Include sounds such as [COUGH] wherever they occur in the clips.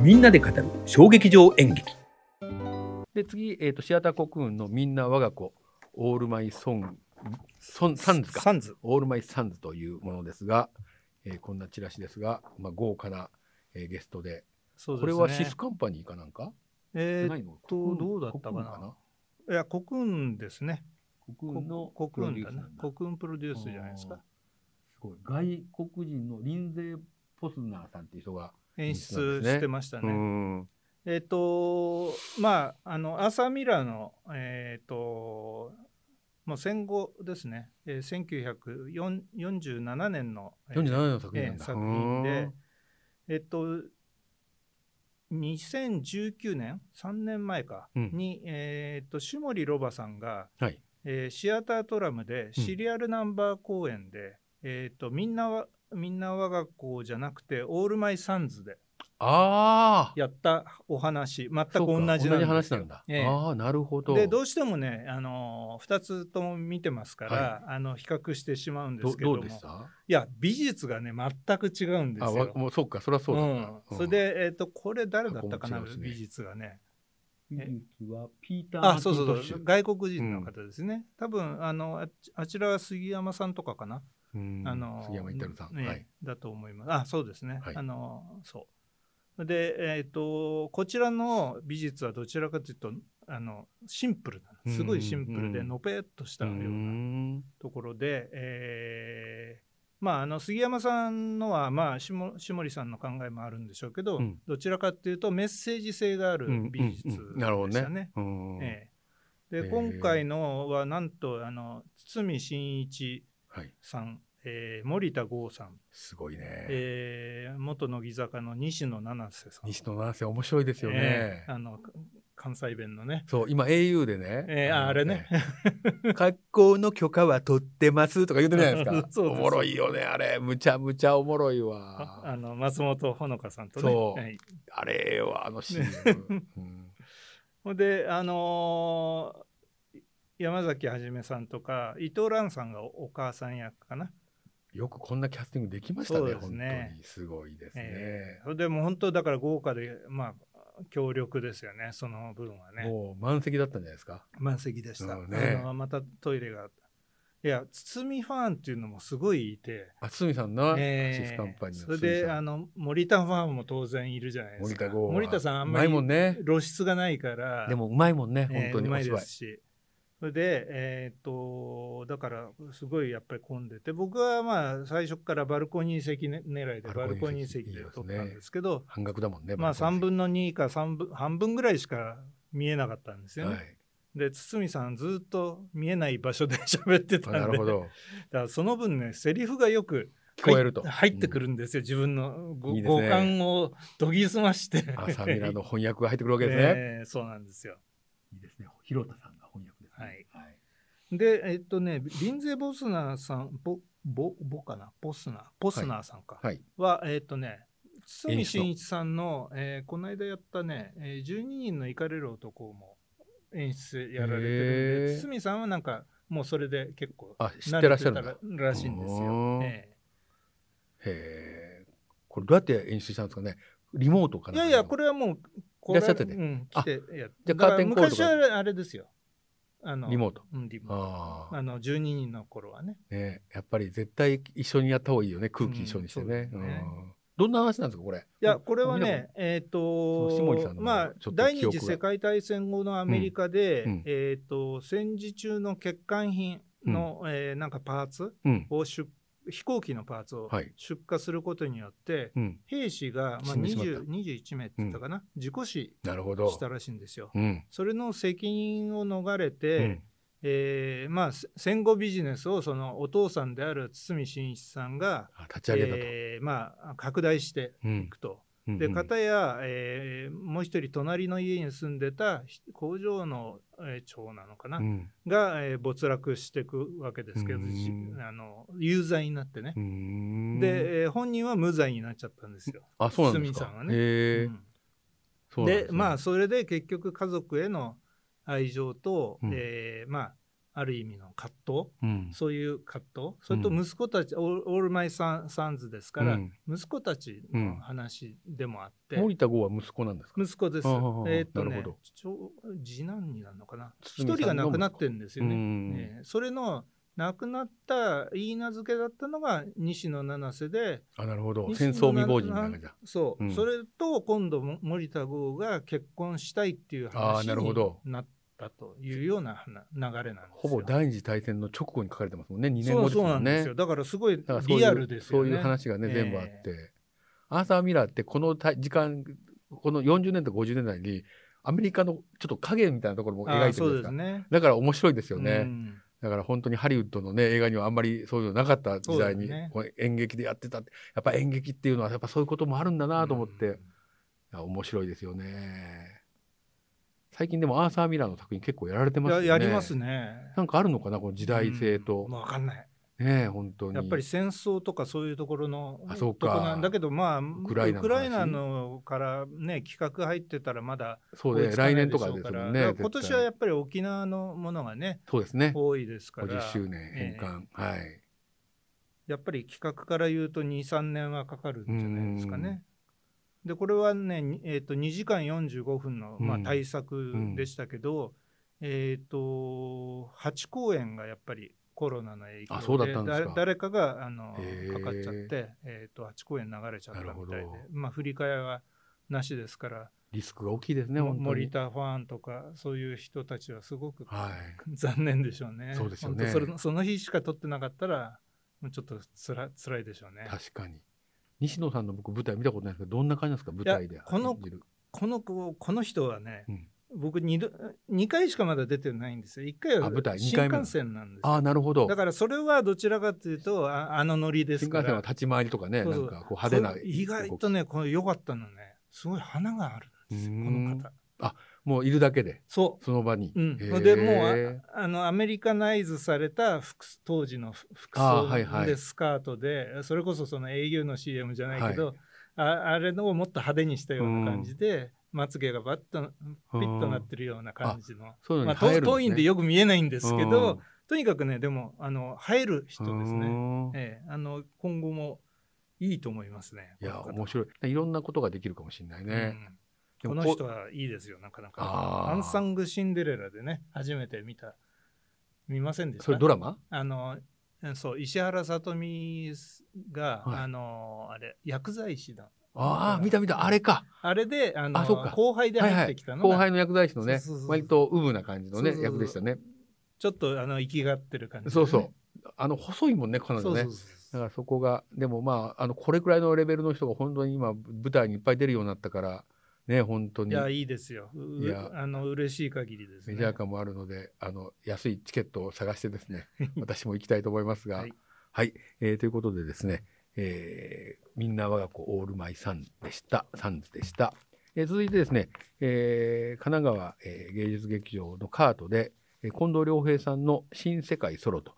みんなで語る小劇場演劇で次、えー、とシアターコクーンの「みんな我が子オールマイソンソンサンズかサンズオールマイサンズ」というものですが、えーこんなチラシですが、まあ、豪華な、えーゲストでそうですね。これはシスカンパニーかなんかえーないのとどうだったかなっと、いや、コクーンですね。国運のコプクーロデューンだスねなんだ。コクーンプロデュースじゃないですあーか。すごい外国人のリンゼー・ポスナーさんっていう人が、演出してましたうね。んえっ、と、まあ、あの、アーサーミラーの、えっ、と、もう戦後ですね、えー、1947年の、え47ー年の作品えなんーだ、作品うでん、えっと、2019年、3年前か、うんに、えっと、朱森ロバさんが、はいえーシアタートラムでシリアルナンバー公演で、えっと、みんなは、みんな我が子じゃなくて、オールマイサンズでああやったお話、全くそう同かじな同んですよじ話なんだ、ええああなるほどでどうしてもね、あのー、2つとも見てますから、あの比較してしまうんですどけどもどうでしたいや美術がね全く違うんですあわよ。もうそうかそれはそうだ、ん、それで、えっとこれ誰だったかな、ここも違うしね美術がねうんえ美術はピーター・あマキそうンそトうッシそうュ外国人の方ですね、多分あのああちらは杉山さんとかかな、うんあの杉山太郎さん、ねはいだと思いますあそうですね、はいあのそうでえっ、とこちらの美術はどちらかというとあのシンプルなすごいシンプルでうんのぺっとしたよううな、んところで、えーまあ、あの杉山さんのは、まあ、しも下森さんの考えもあるんでしょうけど、うんどちらかというとメッセージ性がある美術でしたね。うんうんなるほどね、うんええへでー今回のはなんとあの堤真一はいさん、えー森田剛さん、すごいね、えー元乃木坂の西野七瀬さん西野七瀬面白いですよね、えーあの関西弁のね、そう今 au でね、えーああれねえ格好の許可は取ってますとか言ってるじゃないですか [LAUGHS] そうそうおもろいよねあれむちゃむちゃおもろいわあの松本穂香さんとね。そうはいあれはあのシーン、 [LAUGHS] うんほんであのー山崎はじめさんとか伊藤蘭さんがおお母さん役かな、よくこんなキャスティングできましたねそうです本ね当にすごいですね、えーそれでもう本当だから豪華でまあ強力ですよねその分はねもう満席だったんじゃないですか満席でした、そうねあのまたトイレがいや堤ファンっていうのもすごいいて、あ堤さんのえシースカンパニーそのれ堤でさあんの森田ファンも当然いるじゃないです森か田剛は森田さんあんまうまいもりんね露出がないからでもうまいもんね本えー当にうまおいで芝居すしそれでえーっとだからすごいやっぱり混んでて僕はまあ最初からバルコニー席ね狙いでババルルココニニーー席席でいいです撮ねったんですけど半額だもんねまあ3で分の2か3分半分ぐらいしか見えなかったんですよね、はいで堤さんずっと見えない場所で [LAUGHS] 喋ってたあんでなるほどだからその分ねセリフがよく聞こえると入っ入ってくるんですよ、自分のごいいです五ね感を研ぎ澄まして朝ミラの翻訳が入ってくるわけですね。 [LAUGHS] えーそうなんですよいいですね。広田さんが翻訳ですねはい。で、えっとね、リンゼー・ボスナーさん、ボ、ボ、ボかなボスナー、ボスナーさんか。はい。はえっとね、演堤出の真一さんの、えーこの間やったね、えー12人の怒れる男も演出やられてるんへで、ー堤さんはなんか、もうそれで結構、あ、知ってらっしゃるんだ。へ慣れてたららしいんですうーよ。んええ。これどうやって演出したんですかね。リモートかえないやいや、これはもう、これいらっしゃっててうん、来て、いやじゃあだからカーテンコールと昔かはあれですよ。あの、リモート。うんリモート。ああ。あの、12人の頃はね。ね、やっぱり絶対一緒にやった方がいいよね。空気一緒にしてね。ううんそうですねんどんな話なんですかこれ。いや、これは見たこね、えっ、そう下地さとん、のまあちょ、っと記憶が第二次世界大戦後のアメリカで、うんうんえっ、と、戦時中の欠陥品の、えーなんかパーツうん。を出、飛行機のパーツをはい出荷することによって、うん。兵士が、まあ、死んでしまった20 21名って言ったかな、事故死なるほど。したらしいんですよ。うん。それの責任を逃れて、うんえーまあ、せ戦後ビジネスをそのお父さんである堤真一さんが、あ立ち上げたと。えーまあ、拡大してうんいくと。うんで片や、えーもう一人隣の家に住んでたひ工場の、えー長なのかな、うんが、えー没落していくわけですけど、うんじあの有罪になってねう、ん。で、えー本人は無罪になっちゃったんですよ。あ、そうなんです鷲見さかんは。ねへえう。んそうなんで,、すねまあそれで結局家族への愛情と、うんえーまあある意味の葛藤うんそういう葛藤それと息子たち、オールオールマイサン・サンズですから、うん息子たちの話でもあって、森田剛は息子なんですか息子ですああああ。えーっとなねるほど、長次男になるのかな。一堤さんの人が亡くなってるんですようね。んえーそれの亡くなった言い名付けだったのが西野七瀬で、あなるほど西戦野争未亡人みたいな感じだそう、うんそれと今度も森田剛が結婚したいっていうああ話なるほにどなったというような話流れなんですよ。ほぼ第二次大戦の直後に書かれてますもんね2年後ですそうそうもなんんでねすよ。だからすごいだからそういうリアルですよね。そういう話がね、ええ全部あってアーサー・ミラーってこのた時間この40年と50年代にアメリカのちょっと影みたいなところもあ描いあてるそんうですでかすね。だから面白いですよね、うんだから本当にハリウッドのね映画にはあんまりそういうのなかった時代に、そうだよねこう演劇でやってたってやっぱ演劇っていうのはやっぱそういうこともあるんだなと思って、いや面白いですよね最近でもアーサー・ミラーの作品結構やられてうんますよやねやりますね。なんかあるのかなこの時代性とうん、まあわかんない。ねえ本当にやっぱり戦争とかそういうところのあそうかとこなんだけど、まあ、ウクライナの話のからね、企画入ってたらまだそう追いでつかな来い年でとしょかうですからもんねだ絶から対今年はやっぱり沖縄のものがね、そうですね多いですから、 50周年返還、はいやっぱり企画から言うと2、3年はかかるんじゃないですかね。で、これはね、にえー、と2時間45分の、まあう、ん対策でしたけど、えっ、と、8公演がやっぱりコロナの影響で、あそうだったんですかだ誰かがあのへかーかっちゃって、えー、と8公演流れちゃったみたないるでほど、まあ、振り替えはなしですから、リスクが大きいですねも本当に森田ファンとか、そういう人たちはすごくはい [LAUGHS] 残念でしょうね。そうですよね本当それのその日しか撮ってなかったら、もうちょっとつら辛いでしょうね。確かに西野さんの僕舞台見たことないですけどどんな感じなんですか舞台でいやこの演じるこの子、この人はね、うん僕2度、2回しかまだ出てないんですよ。1回はあ舞台二新回目幹線なんですあよ。あなるほどだからそれはどちらかというと、ああのノリです新から。幹線は立ち回りとかねそうそうなんかこう派手なこれ意外とね、この良かったのね、すごい花があるんですよ、うこーんの方。もういるだけでそその場に、う。うん、へーでもうああのアメリカナイズされた服当時の服服あ装ーはいはいでスカートで、それこそその au の CM じゃないけど、はああれのをもっと派手にしたような感じで、まつげがバッとピッとなってるような感じの。そういうのまあ、に入遠る遠いんでよく見えないんでですけど、とにかくねでもあの映える人ですね、ねええ、あの今後もいいと思いますねいやこの方面白いいろんなことができるかもしれないね、うんでもこの人はいいですよなかなかあーアンサングシンデレラでね初めて見た見ませんでしそたれドラマあのうんそう石原さとみが、はいあのあれ薬剤師だああ見た見たあれかあれであのあそうか後輩で入ってきたのが、後輩の薬剤師のねそうそうそう割とウブな感じのねそうそうそう役でしたねちょっとあの生きがってる感じでね、そうそうあの細いもんね彼そ女うねそうそだうからそこがでもまああのこれくらいのレベルの人が本当に今舞台にいっぱい出るようになったからね本当いにやメいいですよういやあの嬉しい限りですねジャー感もあるのであの安いチケットを探してです [LAUGHS] ね私も行きたいと思いますがははいい、えーということでですね、えーみんな我が子オールマイサンでしたサンズでした、えー続いてですね、えー神奈川、えー芸術劇場のカートで、えー近藤良平さんの「新世界ソロと」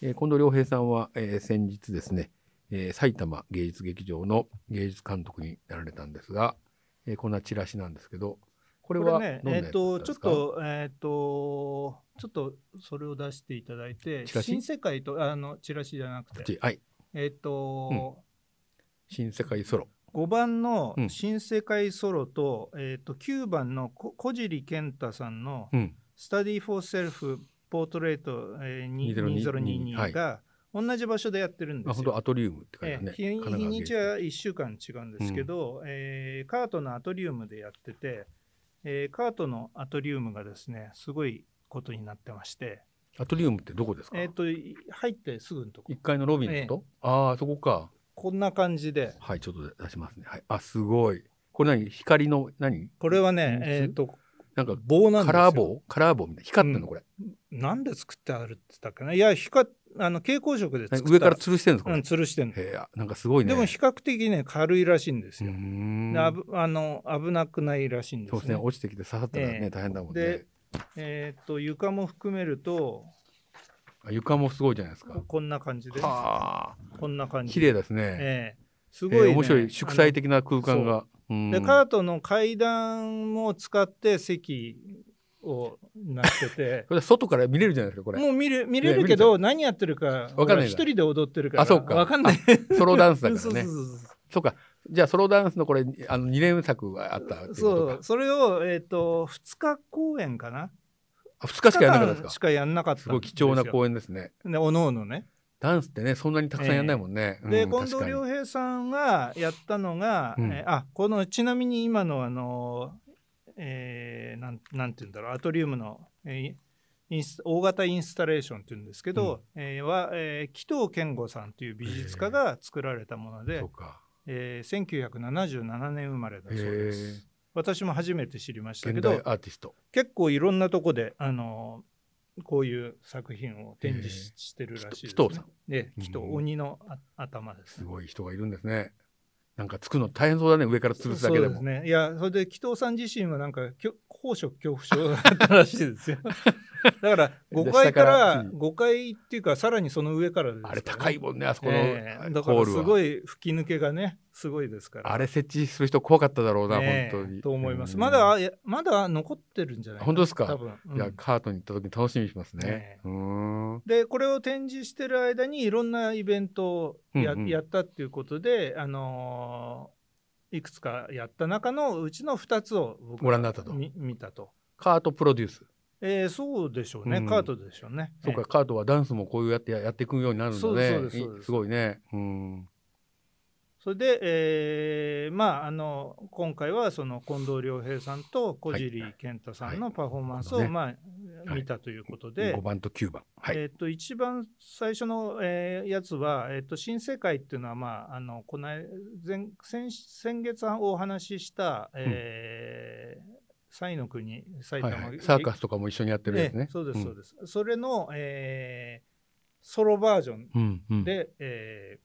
えー近藤良平さんは、えー先日ですね、えー埼玉芸術劇場の芸術監督になられたんですが、えーこんなチラシなんですけどこれこれはね、どんなえやっつだと、たんちでょっすかと、えっと、ちょっと、それを出していただいて、チラシ新世界と、あの、チラシじゃなく、こってちはいえっと、新世界ソロ5番のうん新世界ソロと、えっと、9番のこ小尻健太さんの、うんスタディ・フォー・セルフ・ポートレートえーはい2022が、同じ場所でやってるんあです本よ当。アトリウムって感じえだね、え日神日奈にち川は1週間違うんですけど、えーカートのアトリウムでやってて、えーカートのアトリウムがですねすごいことになってまして、アトリウムってどこですか、えー、とい入ってすぐのとこ1階のロビーのこと、ああそこかこんな感じではいちょっと出しますねはいあすごいこれ何光の何これはねうん、えー、となんか棒なんカですよラー棒カラー棒みたいな光ってんのうんこれ、なんで作ってあるって言ったっけないや光っあの蛍光色で作った上から吊るしてるんですかうこん、れ、吊るしてるの、へえなんかすごいねでも比較的ね軽いらしいんですうーよ、んであぶあの危なくないらしいんですそうねですね落ちてきて刺さったらね、ええ大変だもんねでえー、と床も含めるとあ床もすごいじゃないですかこんな感じではあこんな感じ綺麗ですね、ええすすごい、ね面白い祝祭的な空間がうあんのでカートの階段も使って席を [LAUGHS] なっててこれ外から見れるじゃないですかこれもう見る見れねるけど何やってるかわかんないからほら一人で踊ってるからあそうかわかんないソロダンスだからねそ [LAUGHS] そううそうそうそうかじゃあソロダンスのこれあの2連作があったっていうことそうかそれを、えー、と2日公演かなあ2日しかやらなかったんで二日間すしかかやんなかったんですすごい貴重な演公演ですねでおのおのねダンスってねそんなにたくさんやんないもんね、で、うん近確藤かに良平さんがやったのが、うんえーあこのちなみに今のあの、えーなんなんて言うんだろうアトリウムの、えーインス大型インスタレーションっていうんですけど、えーは、えー紀藤健吾さんという美術家が作られたものでそう、かえー1977年生まれだそうでへえす。私も初めて知りました現け代どアーティスト結構いろんなとこであのこういう作品を展示ししてるらしいです、ね。紀藤さんで紀藤うん鬼のあ頭ですすね。ごい人がいるんですねなんかつくの大変そうだね上から潰すだけでもそうですね。いや、それで紀藤さん自身はなんか、きょ高所恐怖症だったらしいで [LAUGHS] すよ。だから、5階か下からら、うん5階っていうか、さらにその上からですからね、あれ高いもんねあそこのええだかホーらルすは、ごい吹き抜けがね、すごいですから。あれ設置する人怖かっただろうな、ねえ本当にと思います。うんまだ、いやまだ残ってるんじゃないかな本当ですか多分。うんいやカートに行った時に楽しみにしますね。ねうーんでこれを展示してる間にいろんなイベントをや,、うんうんやったっていうことで、あのーいくつかやった中のうちの2つを僕はご覧になったとみ見たと、カートプロデュース。えーそうでしょうね、うんカートでしょうねそうか、カートはダンスもこういうやってややっていくようになるそのうですで、そうですそうですいすごいね。うん。それで、えーまああの今回はその近藤良平さんと小尻健太さんのパフォーマンスを、はいまあはい見たということで、 5番と9番。はい。えっと一番最初の、えーやつは、えっと新世界っていうのは、まあ、あのこの間前先先月お話しした、えー彩の国埼はい玉、はい、サーカスとかも一緒にやってるやつえねえ。そうですそうす。です、それの、えーソロバージョンうんうん。で、え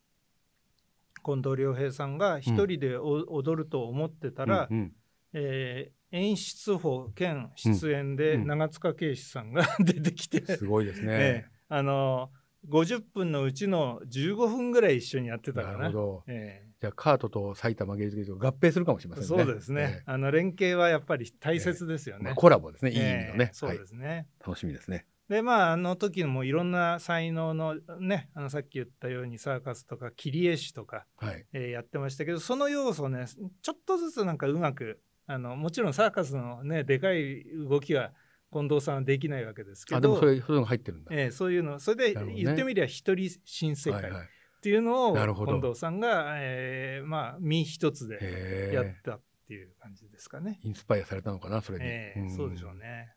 ー近藤良平さんが一人でお踊ると思ってたら、うんうんえー演出法兼出演でうんうん長塚圭史さんが [LAUGHS] 出てきて、すごいですね。ええあの50分のうちの15分ぐらい一緒にやってたかなな。るほど。ええじゃあカートと埼玉芸術劇場が合併するかもしれませんね。そうですね、えあの連携はやっぱり大切ですよえ。まね。あコラボですね。いい意え味のねえ。そうはいで。すね。楽しみですね。でまああの時もいろんな才能のねあのさっき言ったようにサーカスとか切り絵師とか、はい。えーやってましたけどその要素をねちょっとずつなんかうまくあのもちろんサーカスのねでかい動きは近藤さんはできないわけですけどあ、でもそれ、そういうのが入ってるんだ。ええそういうのそれでなるほどね言ってみりゃ一人新世は界いはい。っていうのをなるほど近藤さんが、えーまあ、身一つでへやっえ。たっていう感じですかね。インスパイアされたのかな、それに。ええんそうでしょうね。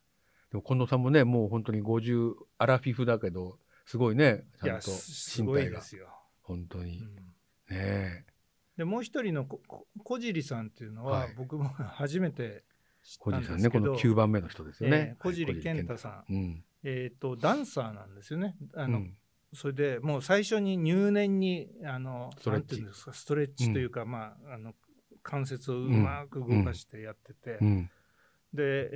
でも近藤さんもね、もう本当に50アラフィフだけど、すごいね、いちゃんやとすす身ごい体でが。すよ。本当に。うねんえ。でもう一人のここ小尻さんっていうのは、はい僕も [LAUGHS] 初めて知小ったん尻でさんね、すけこど、の9番目の人ですよえねえ。小はい尻健太さん。うん。えっ、とダンサーなんですよね。あの、うんそれでもう最初に入念にあのストレッチなんていうんですかストレッチというか、まああの関節をうまく動かしてやってて、うん。で、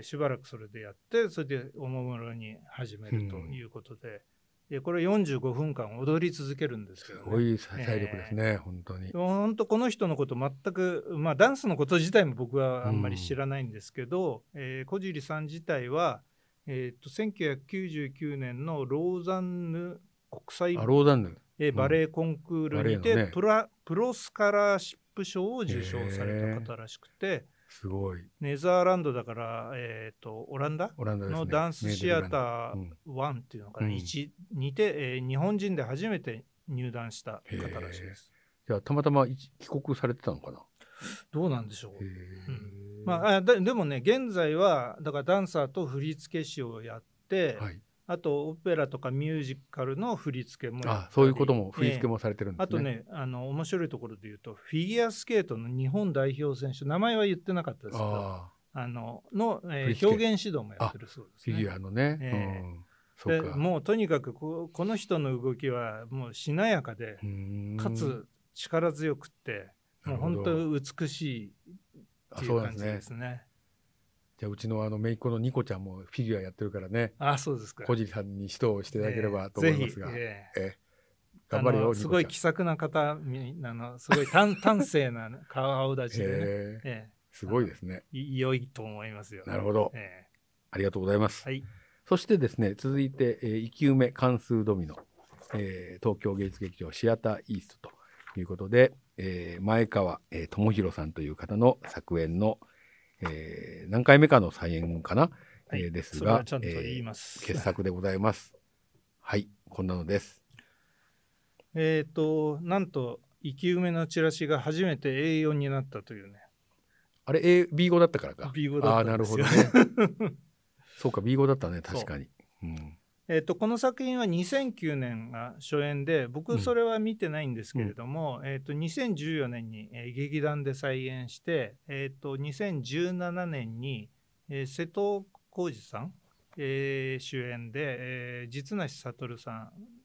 えーしばらくそれでやってそれでおもむろに始めるということで,、でこれ45分間踊り続けるんですけすど、ね、ごい体力ですね、本当に。本当この人のこと全く、まあ、ダンスのこと自体も僕はあんまり知らないんですけど、えー小尻さん自体は、えー、と1999年のローザンヌ国あ、際ローザンヌ。えーバレエコンクールにて、バレエのねプラプロスカラーシップ賞を受賞された方らしくて、すごい。ネザーランドだから、えー、とオランダオランダですね。のダンスシアター。ー1っていうのかな、うん1にて、えー日本人で初めて入団した方らしいです。じゃあ、たまたま一帰国されてたのかな。どうなんでしょうへえまあ、あででもね現在はだからダンサーと振付師をやって、はい。あとオペラとかミュージカルの振り付けもやったりあ、そういうことも、振り付けええもされてるんですね。あとねあの面白いところで言うとフィギュアスケートの日本代表選手名前は言ってなかったですけどあああ、のの、振りえー付け表現指導もやってるそうですフね。ィギュアのね。ええうん。そうでか。もうとにかくここの人の動きはもうしなやかでうーんかつ力強くって、なもうるほ本ど当美しいっあていそううなん感でじすでねすね。じゃあうちのあの姪っ子のニコちゃんもフィギュアやってるからねあそうですか。小尻さんに指導していただければと思いますが、えーぜひえー頑張れあよのニすコごちいゃん気さくな方みあのすごい端端正な顔立ちでね、 [LAUGHS] へええすごいですねえい良いと思いますよなるほどえありがとうございます。はい。そしてですね、続いて、えー、生き埋め関数ドミノ、えー東京芸術劇場シアターイーストということで、えー前川、えー智弘さんという方の作演の、えー何回目かの再演かな、はいえーですそれはが、ちゃんとえー言います。傑作でございます。はい、こんなのです。えっ、と、なんと、生き埋めのチラシが初めて A4 になったというね。あれ、A、B5 だったからか。 B5 だったんですよあーなるほどね。 [LAUGHS] そうか、B5 だったね、確かに。うんえっ、と、この作品は2009年が初演で、うん僕それは見てないんですけれども、えっ、と、2014年に、えー劇団で再演して、えっ、と、2017年に、えー瀬戸康史さん、えー主演で、えー実梨悟さ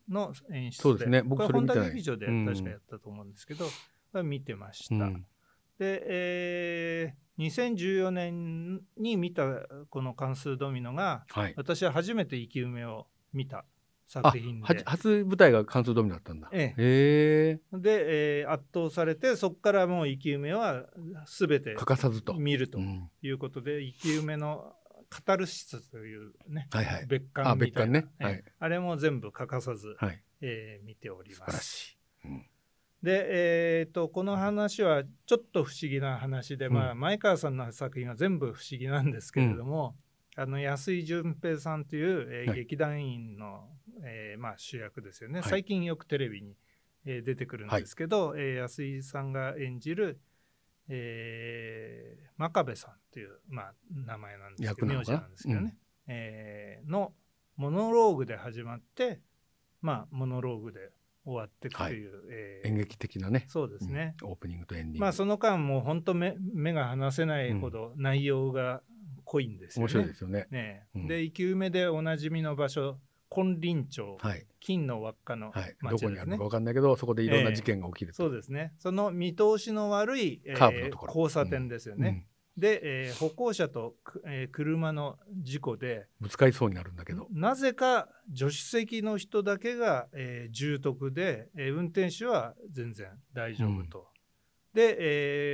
んの演出で、そうですね僕こそれれ見本て田ない劇場でうん確かやったと思うんですけど、これ見てました。うんで、えー2014年に見たこの関数ドミノがはい。私は初めて生き埋めを見たあ作品、はで初舞台が関数ドミノだったんだ。へええ。で、えー圧倒されてそこからもう生き埋めは全て欠かさずと。見るとうんいうことで、生き埋めのカタルシスというねはいはい。別あ、館み別たい館なね。はえいー。あれも全部欠かさず、はい。えー見ており素ま晴らす。しで、えー、とこの話はちょっと不思議な話で、まうあ、前川さんの作品は全部不思議なんですけれども、あの安井淳平さんという、えーはい劇団員の、えーまあ、主役ですよね、はい最近よくテレビに、えー出てくるんですけど、えー安井さんが演じる、えー真壁さんという、まあ、名前なんですけ役どな名の字かななんですけどね、えーのモノローグで始まって、まあ、モノローグで終わっていくという、えい。ー演劇的なね。そうですね。うん。オープニングとエンディング。まあその間もう本当目目が離せないほど内容が濃いんです面よね。白いですよね。ねえうんで生き埋めでおなじみの場所金輪町、はい。金の輪っかのはい。ど町こでにあするねのか。わかんないけど、そこでいろんな事件が起きるそと。うですねその見通しの悪い、えーカーブのところ交差点ですよね、で、えー歩行者とく、えー車の事故でうんぶつかりそうになるんだけど。なぜか助手席の人だけが、えー重篤で、えー運転手は全然大丈夫と、で、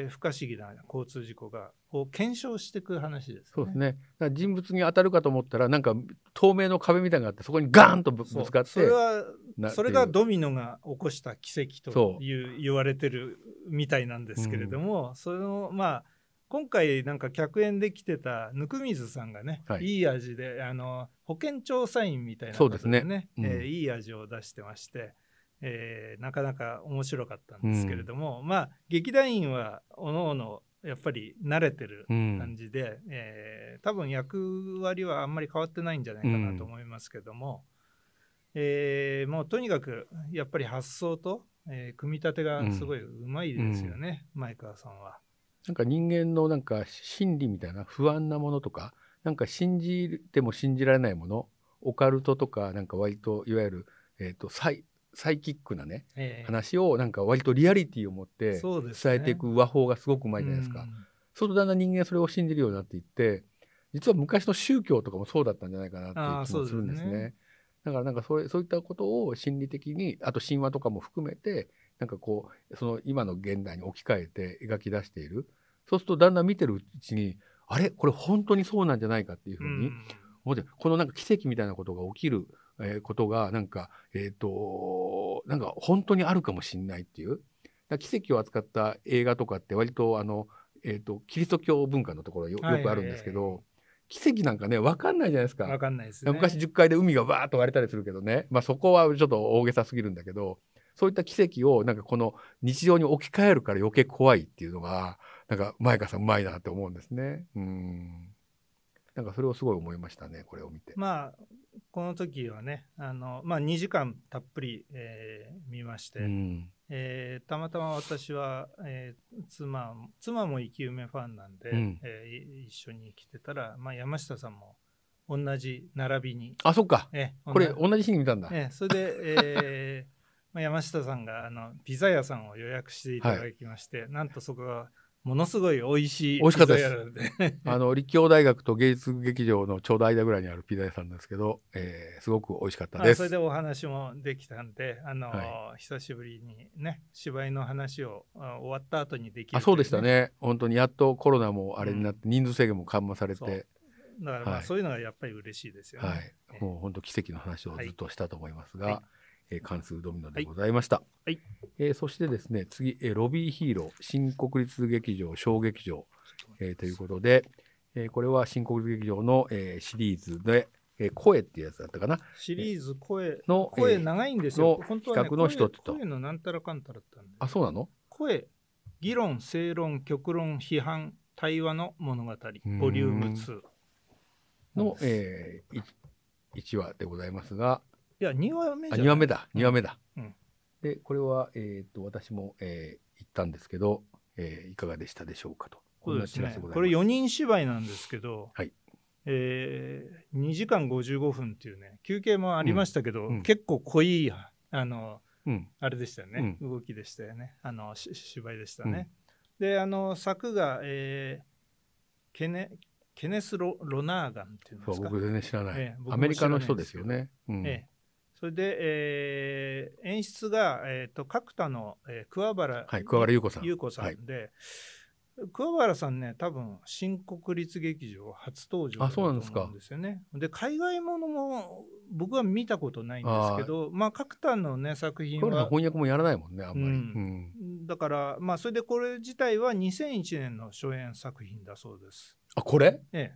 えー不可思議な交通事故がを検証していく話です、ね、そうですね。だから人物に当たるかと思ったら、なんか透明の壁みたいなのがあって、そこにガーンとぶそうぶつかってそ。れはなそれがドミノが起こした奇跡そとういう言われてるみたいなんですけれども、そのまあ今回なんか客演で来てた温水さんがね、はいい、い味であの保健調査員みたいなそうですねことうんえーいい味を出してまして、えーなかなか面白かったんですけれども、まあ劇団員はおのおのやっぱり慣れてるうん感じで、えー多分役割はあんまり変わってないんじゃないかなと思いますけども、えーもうとにかくやっぱり発想と、えー組み立てがすごいうまいですよね、前川さんは。なんか人間のなんか心理みたいな不安なものとか、なんか信じても信じられないもの、オカルトとか、なんか割といわゆる、えっ、とサイ、サイキックなね、えー話をなんか割とリアリティを持ってそうです伝ねえていく和法がすごくうまいじゃないですか。そうするとだんだん人間それを信じるようになっていって、実は昔の宗教とかもそうだったんじゃないかなっていう気もするんですあーそうですね。だからなんかそれそういったことを心理的にあと神話とかも含めてなんかこうその今の現代に置き換えて描き出しているそうするとだんだん見てるうちにあれこれ本当にそうなんじゃないかっていうふううんにうん思ってこのなんか奇跡みたいなことが起きる、えーことがなんかえっ、となんか本当にあるかもしれないっていうだから奇跡を扱った映画とかって割とあの、えー、とキリスト教文化のところよはいよくあるんですけど、奇跡なんかね分かんないじゃないですか。わかんないですね。昔10階で海がわーっと割れたりするけどね、まあ、そこはちょっと大げさすぎるんだけどそういった奇跡をなんかこの日常に置き換えるから余計怖いっていうのがなんか前川さんうまいなって思うんですね。うんなんかそれをすごい思いましたねこれを見て。まあこの時はねあの、まあ、2時間たっぷり、えー見まして、うんえーたまたま私は、えー妻妻も生き埋めファンなんで、うんえーい一緒に来てたら、まあ、山下さんも同じ並びに、あそっかえーこれ同じ同じ日に見たんだ。えーそれで、えーまあ、山下さんがあのピザ屋さんを予約していただきまして、なんとそこがものすごい美味しい美味しかったですピザ屋であの立教大学と芸術劇場のちょうど間ぐらいにあるピザ屋さんなんですけど、えーすごく美味しかったあでそれすで。お話もできたんで、あのは久しぶりにね芝居の話をあ終わった後にできるあそうでしたといね本当にやっとコロナもあれになって人数制限も緩和されそうてだからまはあいそういうのがやっぱり嬉しいですよね。はいえ、えもう本当奇跡の話をずっとしたと思いますが、はいえー関数ドミノでございました、いはいえーそしてですね次、えーロビーヒーロー新国立劇場小劇場、えーということで、えーこれは新国立劇場の、えーシリーズで、えー声っていうやつだったかなシリーズ声の、え声ー長いんですよ。の本当は、ね、企画の一つと声声のなんたらかんたらだったんで。あそうなの声、議論、正論、極論、批判、対話の物語、んボリューム2。の、え1話でございますがいや、2話目あじゃ2な話い目だうん2話目だ、うんでこれは、えー、と私も、えー行ったんですけど、えーいかがでしたでしょうかとこそんうなですチラねシでございますこれ4人芝居なんですけど、はいえー2時間55分っていうね休憩もありましたけど、うんうん結構濃いあのうんあれでしたよね、動きでしたよねあのし芝居でしたね、であの作が、えーケネケネスロ・ロナーガンっていうんそでうすか僕全然知らない、ええ僕もアメリカの人ですよね。うんええそれで、えー演出が、えー、と角田の、えー桑原はい、桑原優子さん。優子さはいんで、桑原さんね多分新国立劇場初登場だあとそう思なうんんですかですよね。で海外ものも僕は見たことないんですけどまあ角田のね作品桑原さんは翻訳もやらないもんね、あんまり。ううんんだからまあそれでこれ自体は2001年の初演作品だそうです。あ、これえ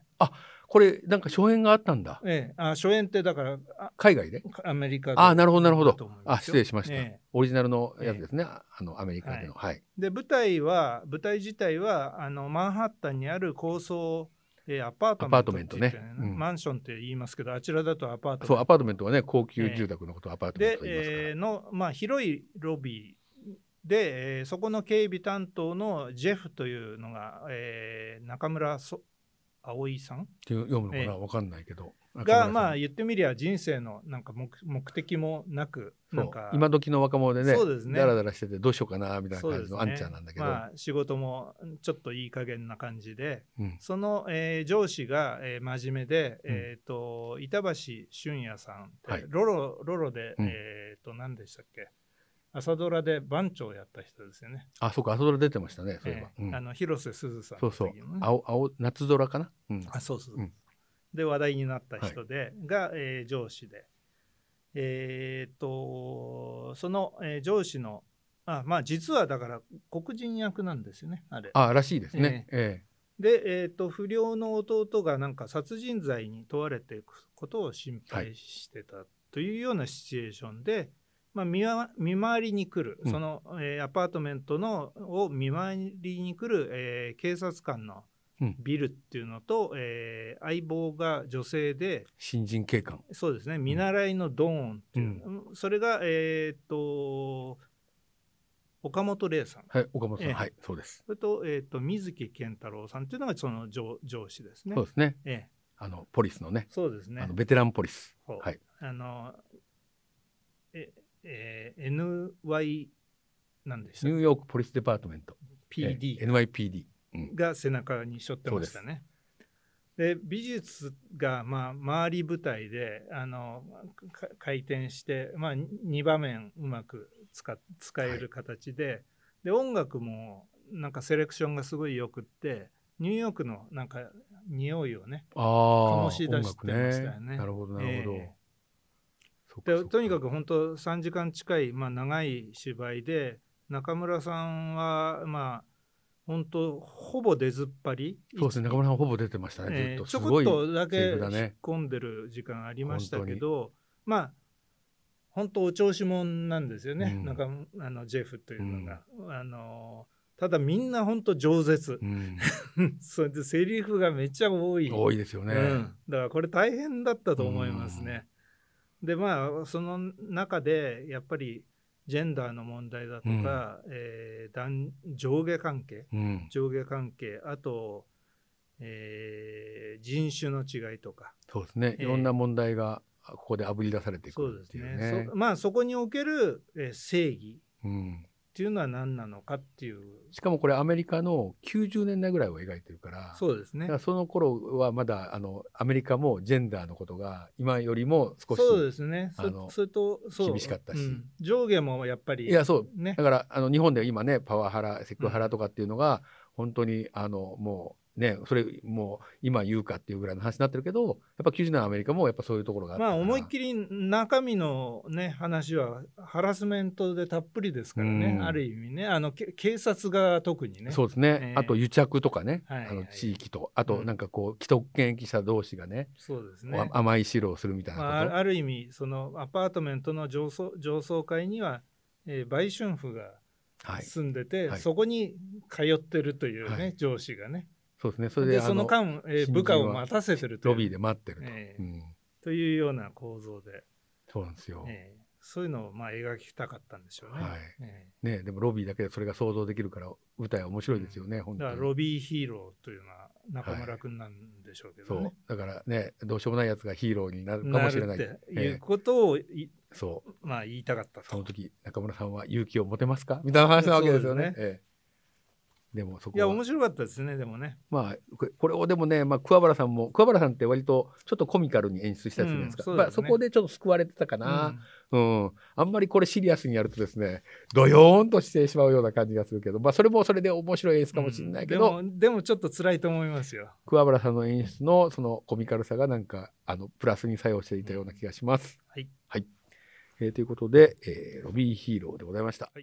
これ、なんか初演があったんだえ。ええ、あ初演ってだからあ海外でアメリカであなるほど、なるほだとど思い。まあ、す失よ礼しました、ええオリジナルのやつですね。あの、アメリカでの。はい。で舞台は舞台自体はあのマンハッタンにある高層、えーアパートメントって言ってアパートメントねうんマンションって言いますけどあちらだとアパートメントそう、アパートメントはね、高級住宅のことをアパートメンでト、と言いますから。えーのまあ、広いロビーで、えーそこの警備担当のジェフというのが、えー中村そ葵さんって読むのかええなわかんないけど。が、まあ、あ、言ってみりゃ人生のなんか目目的もなくなんか今時の若者でね、そうですねだらだらしててどうしようかな、みたいなそう感でじすのねあんちゃんなんだけど。まあ、仕事もちょっといい加減な感じで、うんその、えー上司が、えー真面目で、えー、と板橋俊也さんって、はいロロロロで、うんえー、と何でしたっけ朝ドラで番長をやった人ですよね、あ、そうか、朝ドラ出てましたね、そういえばえ。ーうんあの広瀬すずさんそのうそう時のね、青、青、夏空かなうん。あそうそう、うんで話題になった人で、が、えー上司でえーっとその、えー上司のあまあ実はだから黒人役なんですよねあれあ、らしいですね。えで、えー、と不良の弟がなんか殺人罪に問われていくことを心配してたというようなシチュエーションで、まあ、見わ見回りに来る、うんその、えーアパートメントのを見回りに来る、えー警察官のうんビルっていうのと、えー相棒が女性で新人警官。そうですね見習いのドーンっていう、うんそれが、えー、と岡本玲さんはい、岡本さん、ええはい、そうです。それと,、えー、と水木健太郎さんっていうのがその上上司ですねそう。ですね。ええ、あの、ポリスのね、そうですねあの。ベテランポリス。ほうはい。あの、え、えー、NY なんでしたニューヨークポリスデパートメント。 ?PD ええ NYPD。が背中に背負ってましたね。で美術がまあ回り舞台であのか回転して、まあ、2場面うまく使使える形で,、で音楽もなんかセレクションがすごいよくってニューヨークのなんか匂いをねああ、醸し出してましたよね音楽なるほど、なるほどええ。そっかそでっとにかく本当3時間近い、まあ、長い芝居で中村さんはまあ本当ほぼ出ずっぱりそうですね、中村さんほぼ出てましたね、えずっと。ーちすょこごっい。とだセリけフだね引っ込んでる時間ありましたけど、まあ本当お調子者なんですよね、うんなんかあのジェフというのが、あのただみんな本当饒舌 [LAUGHS] うん、それでセリフがめっちゃ多い多いですよね。うん、だからこれ大変だったと思いますね。でまあその中でやっぱりジェンダーの問題だとか、えー男上下関係うん、上下関係あと、えー人種の違いとかそうですね、ええいろんな問題がここであぶり出されていそうくでっすていうねね。そまあそこにおける、えー正義うん、っていうのは何なのかっていうしかもこれアメリカの90年代ぐらいを描いてるから、そうですねだからその頃はまだあのアメリカもジェンダーのことが今よりも少しそうですねそあのそれとそう厳しかったしうん上下もやっぱりいやそうねだからあの日本では今ねパワハラセクハラとかっていうのが本当にあのもうね、それもう今言うかっていうぐらいの話になってるけどやっぱ90年のアメリカもやっぱそういうところがあったまあ、思いっりきり中身の、ね、話はハラスメントでたっぷりですからね、うんある意味ねあのけ警察が特にねそうですね、ええあと癒着とかね、はいはいあの地域とあうとんなんかこう既得権益者同士がねそうですね、あ甘い指導をするみたいまあ、なこと、あある意味そのアパートメントの上層上層階には、えー売春婦がはい、住んでて、はいそこに通ってるというね、はい上司がねそうですねそそれでであそのの間、えー新人は部下を待たせてるというロビーで待ってると、ええうん、というような構造で、そうなんですよ、えーそういうのをまあ描きたかったんでしょうね。はいえね、でもロビーだけでそれが想像できるから舞台は面白いですよね、ー本だから当ロに。ビーヒーローというのは中村君なんでしょうけそどね。うだからねどうしようもないやつがヒーローになるかなもしれるなっいてえいうえことをい、そうまあ、言いたかったとその時中村さんは勇気を持てますかみたいな話なわけですよね。そうでええでもそこいやは面白かったですねでもね。まあこれこれをでもね、まあ、桑原さんも桑原さんって割とちょっとコミカルに演出したじゃないですか、うんそうまだねあ、そこでちょっと救われてたかうな、んうんあんまりこれシリアスにやるとですねドヨーンとしてしまうような感じがするけど、まあ、それもそれで面白い演出かもしれないけど、うんでもでもちょっと辛いと思いますよ。桑原さんの演出のそのコミカルさがなんかあのプラスに作用していたような気がします。はい、はいえーということで、えーロビーヒーローでございました。